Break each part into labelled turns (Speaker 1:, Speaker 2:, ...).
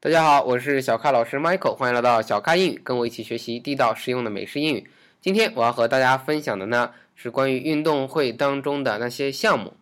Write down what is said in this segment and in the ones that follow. Speaker 1: 大家好，我是小咖老师 Michael，欢迎来到小咖英语，跟我一起学习地道实用的美式英语。今天我要和大家分享的呢是关于运动会当中的那些项目。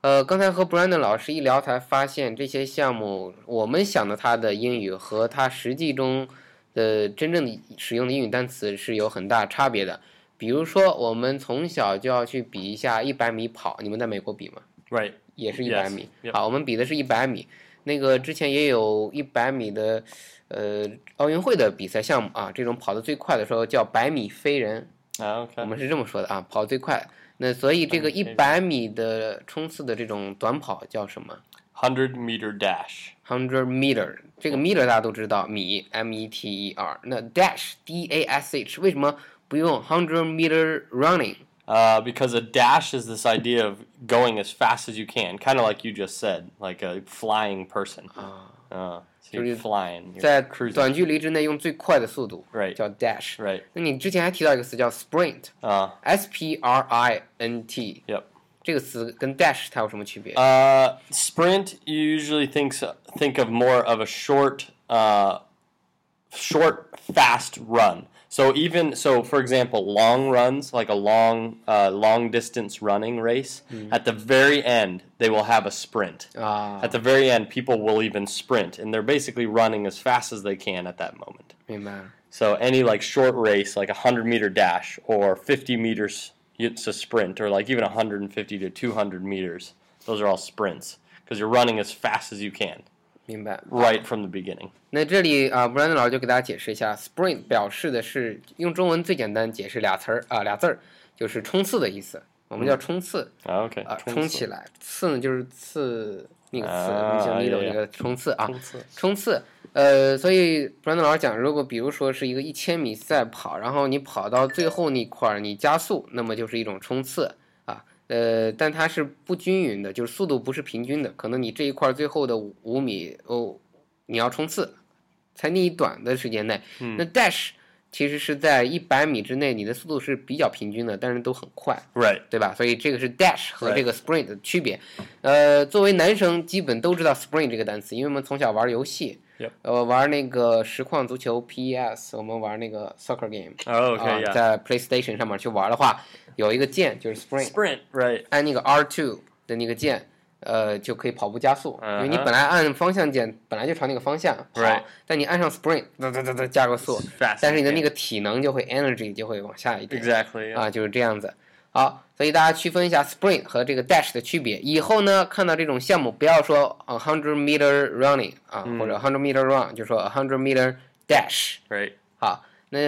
Speaker 1: 呃，刚才和 Brandon 老师一聊，才发现这些项目我们想的它的英语和它实际中的真正的使用的英语单词是有很大差别的。比如说，我们从小就要去比一下一百米跑，你们在美国比吗？
Speaker 2: Right.
Speaker 1: 也是一百
Speaker 2: Yes,
Speaker 1: 米。
Speaker 2: yep.
Speaker 1: 好，我们比的是一百米。那个之前也有一百米的，呃，奥运会的比赛项目啊，这种跑得最快的时候叫百米飞人，
Speaker 2: Ah, okay.
Speaker 1: 我们是这么说的啊，跑得最快。那所以这个一百米的冲刺的这种短跑叫什么
Speaker 2: 100 meter dash.
Speaker 1: ？Hundred meter，这个 meter 大家都知道，米 M E T E R。那 dash D A S H 为什么不用 hundred meter running？
Speaker 2: Uh, because a dash is this idea of going as fast as you can, kind of like you just said, like a flying person. Uh, so
Speaker 1: you-
Speaker 2: you're flying. You're
Speaker 1: 在
Speaker 2: cruising.
Speaker 1: 短距离之内用最快的速度
Speaker 2: Right.
Speaker 1: 叫 dash。
Speaker 2: Right.
Speaker 1: 那你之前还提到一个词叫 sprint，S
Speaker 2: Uh,
Speaker 1: P R I N T
Speaker 2: yep.
Speaker 1: 这个词跟 dash 它有什么区别？
Speaker 2: Uh, sprint you usually thinks think of more of a short, uh, short fast run. So even so, for example, long runs like a long, uh, long distance running race. At the very end, they will have a sprint.
Speaker 1: 啊
Speaker 2: At，the very end, people will even sprint, and they're basically running as fast as they can at that moment.
Speaker 1: 明白了。
Speaker 2: So any like short race, like a hundred meter dash or fifty meters, it's a sprint, or like even hundred and fifty to two hundred meters. Those are all sprints because you're running as fast as you can
Speaker 1: 明白，
Speaker 2: right from the beginning.
Speaker 1: 那这里啊，Brandon 老师就给大家解释一下，sprint 表示的是用中文最简单解释俩词儿啊，俩字儿就是冲刺的意思，我们叫冲刺
Speaker 2: Oh, Okay.
Speaker 1: 啊，冲起来，刺呢就是刺那个
Speaker 2: 啊
Speaker 1: 刺，你像
Speaker 2: 哎
Speaker 1: 有
Speaker 2: 呀
Speaker 1: 那个冲刺啊，
Speaker 2: 冲刺。
Speaker 1: 冲刺，呃，所以 Brandon 老师讲，如果比如说是一个一千米赛跑，然后你跑到最后那块儿你加速，那么就是一种冲刺啊，呃，但它是不均匀的，就是速度不是平均的，可能你这一块儿最后的五五米哦，你要冲刺，在那一短的时间内，那 dash 其实是在一百米之内，你的速度是比较平均的，但是都很快，
Speaker 2: Right.
Speaker 1: 对吧？所以这个是 dash 和
Speaker 2: Right.
Speaker 1: 这个 sprint 的区别。呃，作为男生，基本都知道 sprint 这个单词，因为我们从小玩游戏
Speaker 2: Yep.
Speaker 1: 呃，玩那个实况足球 PES，我们玩那个 soccer game，
Speaker 2: Oh,
Speaker 1: 啊、
Speaker 2: okay. Yeah.
Speaker 1: 在 PlayStation 上面去玩的话，有一个键就是 sprint，
Speaker 2: Sprint. Right.
Speaker 1: 按那个 R two 的那个键。呃，就可以跑步加速因为你
Speaker 2: 嗯哼
Speaker 1: 本来按方向键本来就朝那个方向跑
Speaker 2: Right.
Speaker 1: 但你按上 sprint，哒哒哒哒加个速
Speaker 2: Fast
Speaker 1: 但是你的
Speaker 2: again.
Speaker 1: 那个体能就会 energy 就会往下一点。
Speaker 2: Exactly. yeah.
Speaker 1: 啊，就是这样子。好，所以大家区分一下 sprint 和这个 dash 的区别。以后呢，看到这种项目，不要说 a hundred meter running 啊，或者 hundred meter run，就说 a hundred meter dash。
Speaker 2: right.
Speaker 1: 好，那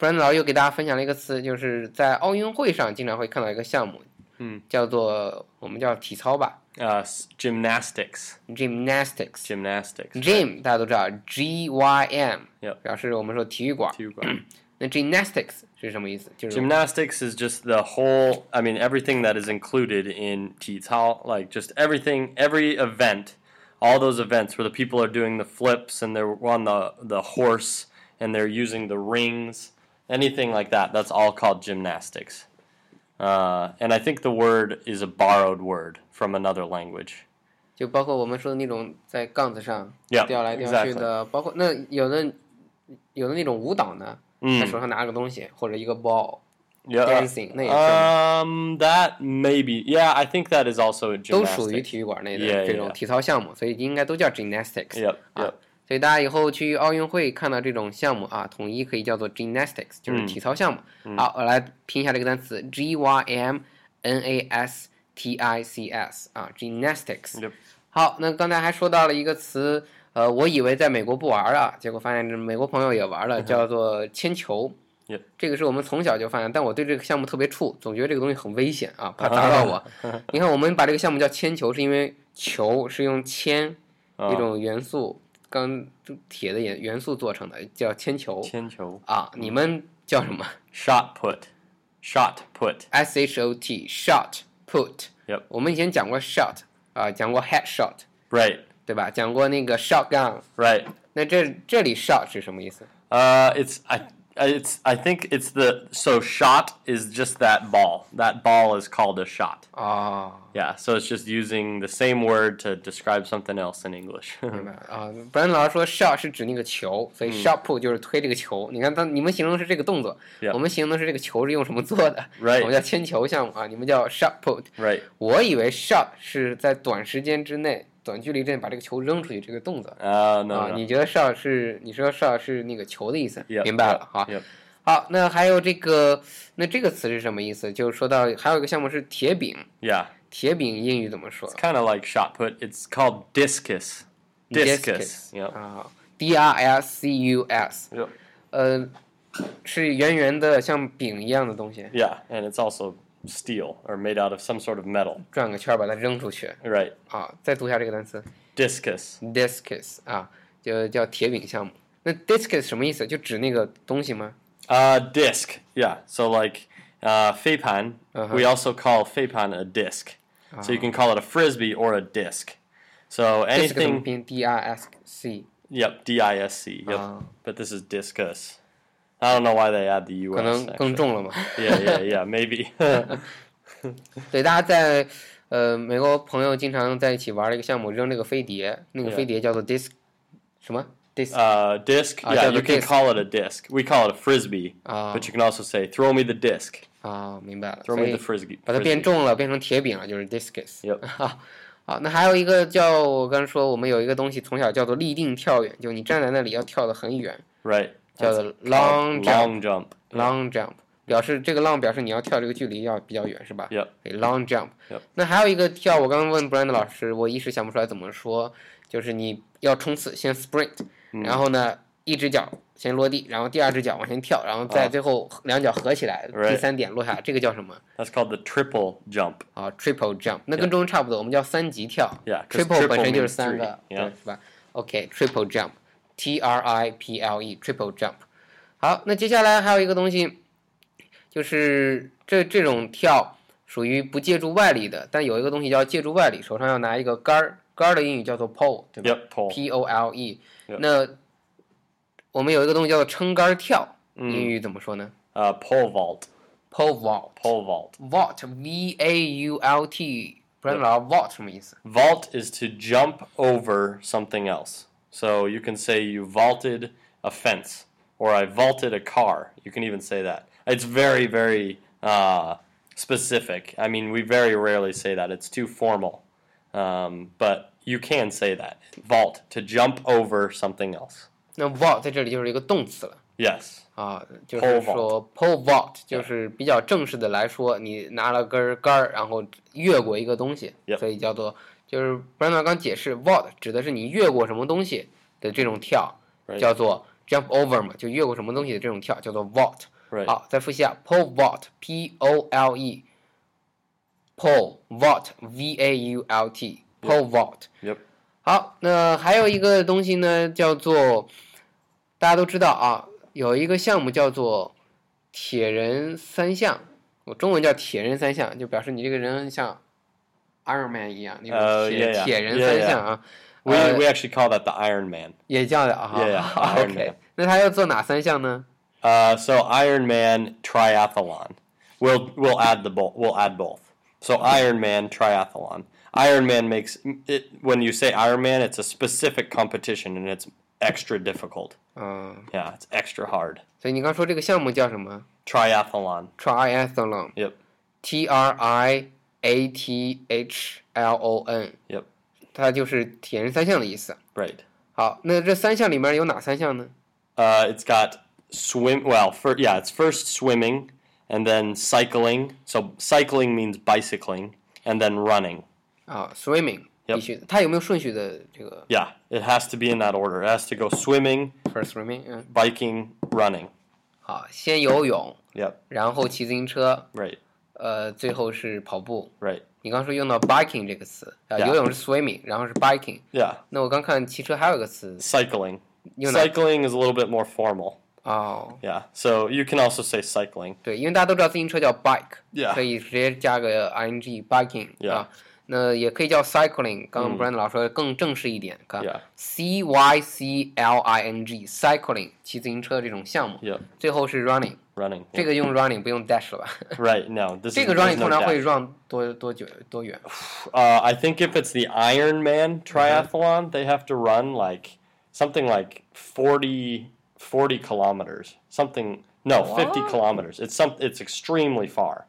Speaker 1: Brandon 老师又给大家分享了一个词，就是在奥运会上经常会看到一个项目，
Speaker 2: 嗯，
Speaker 1: 叫做我们叫体操吧
Speaker 2: Uh, s- gymnastics.
Speaker 1: ，gymnastics。
Speaker 2: Gymnastics.
Speaker 1: gym 大家都知道，G Y M
Speaker 2: Yep
Speaker 1: 表示我们说体育馆。那 gymnastics 是什么意思？就是我们
Speaker 2: Gymnastics is just the whole, I mean, everything that is included in 体操, like just everything, every event, all those events where the people are doing the flips and they're on the, the horse and they're using the rings, anything like that, that's all called gymnastics. Uh, and I think the word is a borrowed word from another language.
Speaker 1: 就包括我们说的那种在杠子上
Speaker 2: Yeah,
Speaker 1: 掉来掉去的，包括那有的有的那种舞蹈呢，
Speaker 2: 嗯
Speaker 1: 他手上拿个东西或者一个 ball，
Speaker 2: Yeah. uh,
Speaker 1: Dancing, no, yeah,
Speaker 2: Um, that maybe, yeah, I think that is also a
Speaker 1: 都属于
Speaker 2: gymnastics.
Speaker 1: 体育馆内
Speaker 2: Yeah,
Speaker 1: 的
Speaker 2: yeah,
Speaker 1: 这种
Speaker 2: yeah.
Speaker 1: 体操项目，所以应该都叫 gymnastics。
Speaker 2: Yep,
Speaker 1: 啊
Speaker 2: yep.，
Speaker 1: 所以大家以后去奥运会看到这种项目啊，统一可以叫做 gymnastics，就是
Speaker 2: 嗯
Speaker 1: 体操项目。好，我来拼一下这个单词 g y m n a s t i c s 啊，gymnastics。
Speaker 2: Yep.
Speaker 1: 好，那刚才还说到了一个词，呃，我以为在美国不玩了，结果发现这美国朋友也玩了，叫做铅球。
Speaker 2: Yep.
Speaker 1: 这个是我们从小就发现，但我对这个项目特别怵，总觉得这个东西很危险啊，怕砸到我。你看，我们把这个项目叫铅球，是因为球是用铅一种元素钢铁的元元素做成的，叫铅球
Speaker 2: 铅球。
Speaker 1: 啊。你们叫什么
Speaker 2: Shot put. Shot put.
Speaker 1: ？S H O T shot put。
Speaker 2: Yep.
Speaker 1: 我们以前讲过 shot 啊，讲过 head shot，
Speaker 2: Right.
Speaker 1: 对吧？讲过那个 shotgun。
Speaker 2: Right.
Speaker 1: 那这这里 shot 是什么意思
Speaker 2: Uh, it's I it's I think it's the so shot is just that ball. That ball is called a shot.
Speaker 1: Oh. 哦，
Speaker 2: Yeah, so it's just using the same word to describe something else in English.
Speaker 1: 明白了啊。本恩老师说 shot 是指那个球，
Speaker 2: 嗯
Speaker 1: 所以 shot put 就是推这个球。你看当你们形容的是这个动作
Speaker 2: Yeah
Speaker 1: 我们形容的是这个球是用什么做的
Speaker 2: 啊 Right
Speaker 1: 我们叫铅球项目啊，你们叫 shot put。
Speaker 2: right.
Speaker 1: 我以为 shot 是在短时间之内、短距离之内把这个球扔出去这个动作
Speaker 2: Uh, no,
Speaker 1: 啊。
Speaker 2: no.
Speaker 1: 你觉得 shot 是你说 shot 是那个球的意思
Speaker 2: Yeah
Speaker 1: 明白了啊。
Speaker 2: Yep.
Speaker 1: 好，那还有这个，那这个词是什么意思？就是说到还有一个项目是铁饼，
Speaker 2: Yeah,
Speaker 1: 铁饼英语怎么说
Speaker 2: it's kind of like shot put. It's called discus. Discus.
Speaker 1: Discus. Uh.
Speaker 2: Yep.
Speaker 1: 啊？D R S C U S，
Speaker 2: Yep.
Speaker 1: 呃，是圆圆的像饼一样的东西，
Speaker 2: Yeah, and it's also steel or made out of some sort of metal.
Speaker 1: 转个圈儿把它扔出去
Speaker 2: Right.
Speaker 1: 啊。再读一下这个单词
Speaker 2: Discus.
Speaker 1: discus 啊，就叫铁饼项目。那 discus 什么意思？就指那个东西吗？
Speaker 2: Uh, disc. Yeah. So like uh, feipan,
Speaker 1: Uh-huh.
Speaker 2: we also call feipan a disc. So you can call it a frisbee or a disc. So
Speaker 1: Ah. disc 怎么
Speaker 2: anything.
Speaker 1: 拼？D R S C，
Speaker 2: Yep. D I S C. Yep.
Speaker 1: Ah.
Speaker 2: But this is discus. I don't know why they add the U
Speaker 1: 可
Speaker 2: S.
Speaker 1: 能更
Speaker 2: actually.
Speaker 1: 重了嘛。
Speaker 2: yeah, yeah, yeah. Maybe. Uh,
Speaker 1: 对，大家在呃美国朋友经常在一起玩了一个项目，扔这个飞碟，那个
Speaker 2: Yeah.
Speaker 1: 飞碟叫做 disc 什么 disc
Speaker 2: uh, disc.
Speaker 1: Ah,
Speaker 2: yeah,
Speaker 1: yeah, the
Speaker 2: you can
Speaker 1: disc.
Speaker 2: call it a disc. We call it a frisbee.
Speaker 1: Ah.
Speaker 2: But you can also say, "Throw me the disc.
Speaker 1: 啊，明白了，
Speaker 2: Throw
Speaker 1: 所
Speaker 2: me the
Speaker 1: 以
Speaker 2: frisbee."
Speaker 1: 把它变
Speaker 2: frisbee.
Speaker 1: 重了，变成铁饼了，就是 discus。
Speaker 2: Yep.
Speaker 1: 啊， 好，那还有一个叫我刚才说，我们有一个东西从小叫做立定跳远，就你站在那里要跳得很远，
Speaker 2: Right.
Speaker 1: 叫
Speaker 2: That's
Speaker 1: 做 long jump。
Speaker 2: called Long jump.
Speaker 1: long jump 表示这个 long 表示你要跳这个距离要比较远是吧
Speaker 2: Yep.
Speaker 1: 对 long jump。
Speaker 2: Yep.
Speaker 1: 那还有一个跳，我刚刚问 Brand 老师，我一时想不出来怎么说，就是你要冲刺，先 sprint，、然后呢一只脚先落地，然后第二只脚往前跳，然后再
Speaker 2: 啊
Speaker 1: 最后两脚合起来
Speaker 2: Right
Speaker 1: 第三点落下来，这个叫什么
Speaker 2: That's called the triple jump.
Speaker 1: 啊？triple jump，那跟中文差不多，我们叫三级跳。
Speaker 2: Yeah, 'cause
Speaker 1: triple
Speaker 2: triple
Speaker 1: 本身就是
Speaker 2: means
Speaker 1: 三个，
Speaker 2: three,
Speaker 1: 对
Speaker 2: yeah
Speaker 1: 是吧？OK，triple jump，T R I P L E，triple jump。好，那接下来还有一个东西，就是这这种跳属于不借助外力的，但有一个东西叫借助外力，手上要拿一个杆儿，杆儿的英语叫做 pole，对吧
Speaker 2: Yep. Pole.
Speaker 1: ？P O L E。
Speaker 2: Yep
Speaker 1: 那我们有一个东西叫做撑杆儿跳，
Speaker 2: 嗯
Speaker 1: 英语怎么说呢
Speaker 2: Uh, pole vault.
Speaker 1: ？pole vault。
Speaker 2: Pole vault.
Speaker 1: vault V A U L T，不然老 vault 什么意思？
Speaker 2: Vault is to jump over something else. So you can say you vaulted a fence or I vaulted a car. You can even say that. It's very, very uh, specific. I mean, we very rarely say that. It's too formal. Um, but you can say that. Vault, to jump over something else.
Speaker 1: 那 vault 在这里就是一个动词了。
Speaker 2: Yes.
Speaker 1: 啊，就
Speaker 2: Pole
Speaker 1: 是说 pole vault 就是比较正式的来说，你拿了根儿杆儿，然后越过一个东西
Speaker 2: Yep
Speaker 1: 所以叫做就是 Brandon 刚解释 vault 指的是你越过什么东西的这种跳
Speaker 2: Right
Speaker 1: 叫做 jump over 嘛，就越过什么东西的这种跳叫做 vault。
Speaker 2: Right.
Speaker 1: 好，再复习一下 pole vault p o l e pole vault v a u l t pole vault。
Speaker 2: Yep.
Speaker 1: 好，那还有一个东西呢，叫做大家都知道啊，有一个项目叫做铁人三项，我中文叫铁人三项，就表示你这个人像 Iron Man 一样那种
Speaker 2: 呃
Speaker 1: 铁、
Speaker 2: yeah, yeah,
Speaker 1: 铁人三项啊
Speaker 2: We,
Speaker 1: 呃
Speaker 2: we actually call that the Iron Man.
Speaker 1: 也叫的啊。
Speaker 2: Yeah, yeah, Iron Man
Speaker 1: OK，那他要做哪三项呢？
Speaker 2: Uh, so Iron Man triathlon. We'll we'll add the both. We'll add both. So Iron Man triathlon. Iron Man makes it when you say Iron Man, it's a specific competition and it's extra difficult.
Speaker 1: 嗯，
Speaker 2: Yeah, it's extra hard.
Speaker 1: 所以你刚说这个项目叫什么
Speaker 2: Triathlon.
Speaker 1: ？Triathlon。
Speaker 2: Yep.
Speaker 1: T R I A T H L O N，
Speaker 2: Yep.
Speaker 1: 它就是铁人三项的意思。
Speaker 2: Right.
Speaker 1: 好，那这三项里面有哪三项呢？
Speaker 2: Uh, it's got swim. Well, fir- yeah, it's first swimming and then cycling. So cycling means bicycling and then running.
Speaker 1: 啊，swimming
Speaker 2: Yep
Speaker 1: 必须的，它有没有顺序的这个
Speaker 2: Yeah, it has to be in that order. It has to go swimming,
Speaker 1: for swimming？嗯，
Speaker 2: biking, running.
Speaker 1: 好，先游泳，
Speaker 2: Yep.
Speaker 1: 然后骑自行车，
Speaker 2: Right.
Speaker 1: 呃，最后是跑步。
Speaker 2: Right.
Speaker 1: 你刚说用到 biking 这个词，啊，
Speaker 2: Yeah
Speaker 1: 游泳是 swimming，然后是 biking。
Speaker 2: Yeah.
Speaker 1: 那我刚看骑车还有个词
Speaker 2: Cycling.
Speaker 1: You know.
Speaker 2: cycling is a little bit more formal.
Speaker 1: 哦，
Speaker 2: Yeah. So you can also say cycling.
Speaker 1: 对，因为大家都知道自行车叫 bike，
Speaker 2: Yeah
Speaker 1: 可以直接加个 ing biking
Speaker 2: Yeah
Speaker 1: 啊。那也可以叫 cycling。刚刚
Speaker 2: 嗯
Speaker 1: Brand 老师说更正式一点，看
Speaker 2: Yeah.
Speaker 1: C Y C L I N G cycling 骑自行车这种项目，
Speaker 2: Yep.
Speaker 1: 最后是 running，
Speaker 2: Running.
Speaker 1: 这个用 running 不用 dash 了吧？
Speaker 2: Right. No. This
Speaker 1: 这
Speaker 2: is
Speaker 1: 个 running
Speaker 2: there's
Speaker 1: 通
Speaker 2: no
Speaker 1: 常
Speaker 2: dash.
Speaker 1: 会 run 多多久多远？
Speaker 2: Uh, I think if it's the Ironman
Speaker 1: Uh-huh.
Speaker 2: triathlon, they have to run like something like 40, 40 kilometers. Something no, 50
Speaker 1: What?
Speaker 2: kilometers. It's some it's extremely far.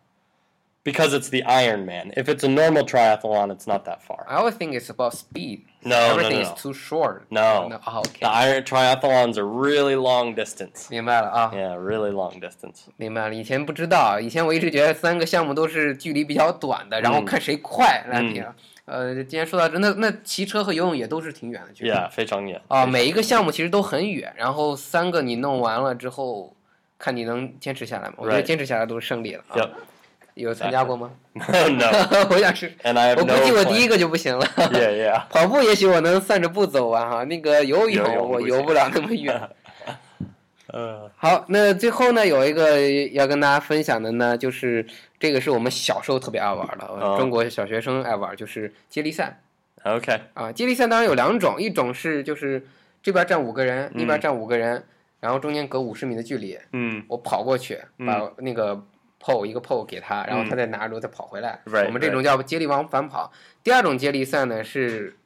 Speaker 2: Because it's the Ironman. If it's a normal triathlon, it's not that far.
Speaker 1: I always think it's about speed.
Speaker 2: No, no, no,
Speaker 1: everything
Speaker 2: no.
Speaker 1: is too short. 啊 o
Speaker 2: No. The
Speaker 1: k
Speaker 2: iron triathlons are really long distance.
Speaker 1: 明白了啊
Speaker 2: Yeah, really long distance.
Speaker 1: 明白了。以前不知道，以前我一直觉得三个项目都是距离比较短的，然后
Speaker 2: 嗯
Speaker 1: 看谁快来比了。呃，今天说到这，那那骑车和游泳也都是挺远的距离
Speaker 2: Yeah, 非常远。
Speaker 1: 啊，每一个项目其实都很远，然后三个你弄完了之后，看你能坚持下来吗？我觉得
Speaker 2: Right.
Speaker 1: 坚持下来都是胜利了啊。
Speaker 2: Yep.
Speaker 1: 有参加过吗？
Speaker 2: no.
Speaker 1: 我想是，
Speaker 2: And I have
Speaker 1: 我
Speaker 2: no
Speaker 1: 估计我第一
Speaker 2: plan.
Speaker 1: 个就不行了。
Speaker 2: Yeah, yeah.
Speaker 1: 跑步也许我能算着步走完、哈，那个游
Speaker 2: 游
Speaker 1: 泳
Speaker 2: 泳
Speaker 1: 我
Speaker 2: 不
Speaker 1: 游
Speaker 2: 行
Speaker 1: 不了那么远。
Speaker 2: Uh,
Speaker 1: 好，那最后呢，有一个要跟大家分享的呢，就是这个是我们小时候特别爱玩的，
Speaker 2: 啊
Speaker 1: 中国小学生爱玩，就是接力赛
Speaker 2: okay.
Speaker 1: 啊。接力赛当然有两种，一种是就是这边站五个人，那边
Speaker 2: 嗯
Speaker 1: 站五个人，然后中间隔五十米的距离，
Speaker 2: Mm,
Speaker 1: 我跑过去，把那个 pole 一个 pole 给他，然后他
Speaker 2: 嗯
Speaker 1: 再拿着再跑回来。
Speaker 2: Right,
Speaker 1: 我们这种叫接力往返跑。第二种接力赛呢是，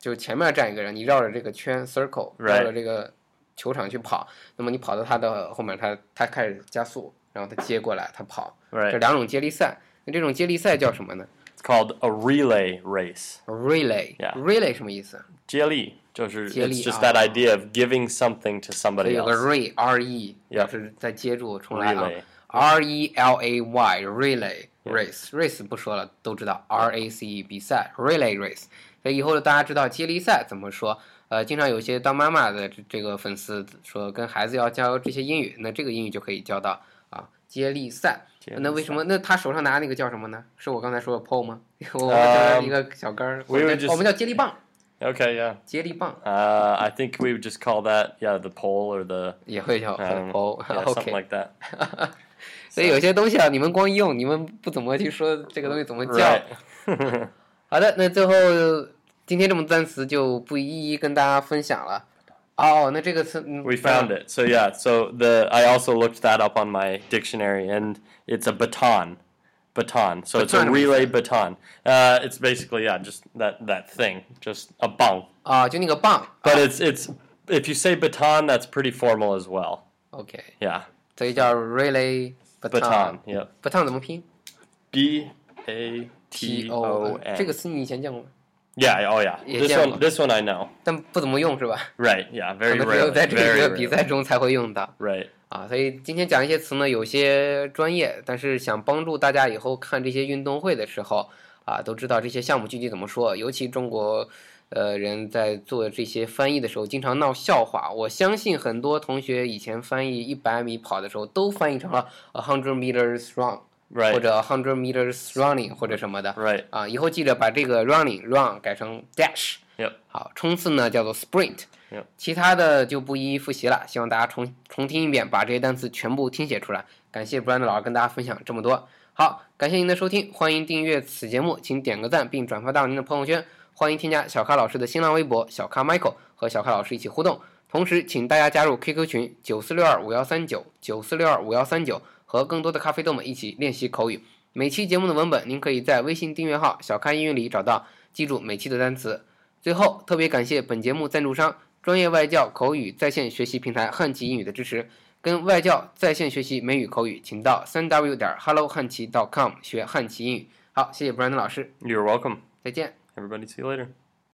Speaker 1: 就前面站一个人，你绕着这个圈 circle，
Speaker 2: Right
Speaker 1: 绕着这个球场去跑。那么你跑到他的后面，他他开始加速，然后他接过来，他跑。这
Speaker 2: right.
Speaker 1: 两种接力赛，那这种接力赛叫什么呢
Speaker 2: It's called a relay race.
Speaker 1: ？Relay。
Speaker 2: Yeah
Speaker 1: Relay 什么意思？
Speaker 2: 接力就是
Speaker 1: 接力，
Speaker 2: it's just
Speaker 1: 啊。
Speaker 2: that idea of giving something to
Speaker 1: 所以
Speaker 2: somebody
Speaker 1: 有个
Speaker 2: else.
Speaker 1: re r e，
Speaker 2: Yeah
Speaker 1: 表示再接住重来啊。
Speaker 2: Relay.
Speaker 1: R E L A Y relay
Speaker 2: Yeah.
Speaker 1: race race 不说了，都知道 R A C E 比赛 relay race，所以以后大家知道接力赛怎么说。呃，经常有些当妈妈的这这个粉丝说跟孩子要教这些英语，那这个英语就可以教到啊接力赛。
Speaker 2: 接力
Speaker 1: 那为什么？那他手上拿那个叫什么呢？是我刚才说的 pole 吗？ 我们叫
Speaker 2: Um,
Speaker 1: 一个小杆儿，我
Speaker 2: we
Speaker 1: 们
Speaker 2: would
Speaker 1: 叫
Speaker 2: just-
Speaker 1: 我们叫接力棒，
Speaker 2: Okay, yeah.
Speaker 1: 接力棒
Speaker 2: Uh, I think we would just call that yeah the pole or the
Speaker 1: 也会叫
Speaker 2: Um,
Speaker 1: pole。
Speaker 2: yeah, something
Speaker 1: OK，
Speaker 2: like that.
Speaker 1: 所以有些东西啊，你们光用，你们不怎么去说这个东西怎么叫
Speaker 2: Right. 。
Speaker 1: 好的，那最后今天这么多单词就不一一跟大家分享了。哦，那这个词
Speaker 2: we found it. So yeah. So the I also looked that up on my dictionary, and it's a baton. Baton. So it's a
Speaker 1: Baton, we
Speaker 2: relay
Speaker 1: said.
Speaker 2: baton. Uh, it's basically yeah, just that that thing, just a bong.
Speaker 1: 啊、就那个棒。
Speaker 2: But it's it's if you say baton, that's pretty formal as well.
Speaker 1: OK，
Speaker 2: Yeah,
Speaker 1: 所以叫 relay
Speaker 2: baton.
Speaker 1: baton。
Speaker 2: Yep.
Speaker 1: baton 怎么拼
Speaker 2: B A T O
Speaker 1: N 这个
Speaker 2: N.
Speaker 1: 词你以前见过吗？
Speaker 2: Yeah. Oh yeah.
Speaker 1: Yeah,
Speaker 2: This
Speaker 1: yeah.
Speaker 2: one. This one I know.
Speaker 1: 但不怎么用是吧？
Speaker 2: Right. Yeah.
Speaker 1: 可
Speaker 2: Very
Speaker 1: 能只有
Speaker 2: rarely.
Speaker 1: 在这个
Speaker 2: Very
Speaker 1: 比
Speaker 2: rarely.
Speaker 1: 赛中才会用到
Speaker 2: Right.
Speaker 1: 啊。所以今天讲一些词呢，有些专业，但是想帮助大家以后看这些运动会的时候啊，都知道这些项目具体怎么说。尤其中国呃人在做这些翻译的时候，经常闹笑话。我相信很多同学以前翻译一百米跑的时候，都翻译成了 a hundred meters run 或
Speaker 2: Right.
Speaker 1: 者 a hundred meters running 或者什么的。
Speaker 2: Right.
Speaker 1: 啊，以后记着把这个 running run 改成 dash。
Speaker 2: Yep.
Speaker 1: 好，冲刺呢叫做 sprint。
Speaker 2: Yep
Speaker 1: 其他的就不一一复习了，希望大家重重听一遍，把这些单词全部听写出来。感谢 Brand 老师跟大家分享这么多。好，感谢您的收听，欢迎订阅此节目，请点个赞并转发到您的朋友圈。欢迎添加小咖老师的新浪微博小咖 Michael 和小咖老师一起互动。同时，请大家加入 QQ 群九四六二五幺三九九四六二五幺三九，和更多的咖啡豆们一起练习口语。每期节目的文本，您可以在微信订阅号“小咖英语”里找到。记住每期的单词。最后，特别感谢本节目赞助商专业外教口语在线学习平台汉奇英语的支持。跟外教在线学习美语口语，请到三 w 点 hello 汉奇 .com 学汉奇英语。好，谢谢 Brandon 老师，
Speaker 2: You're welcome.
Speaker 1: 再见。
Speaker 2: Everybody, see you later.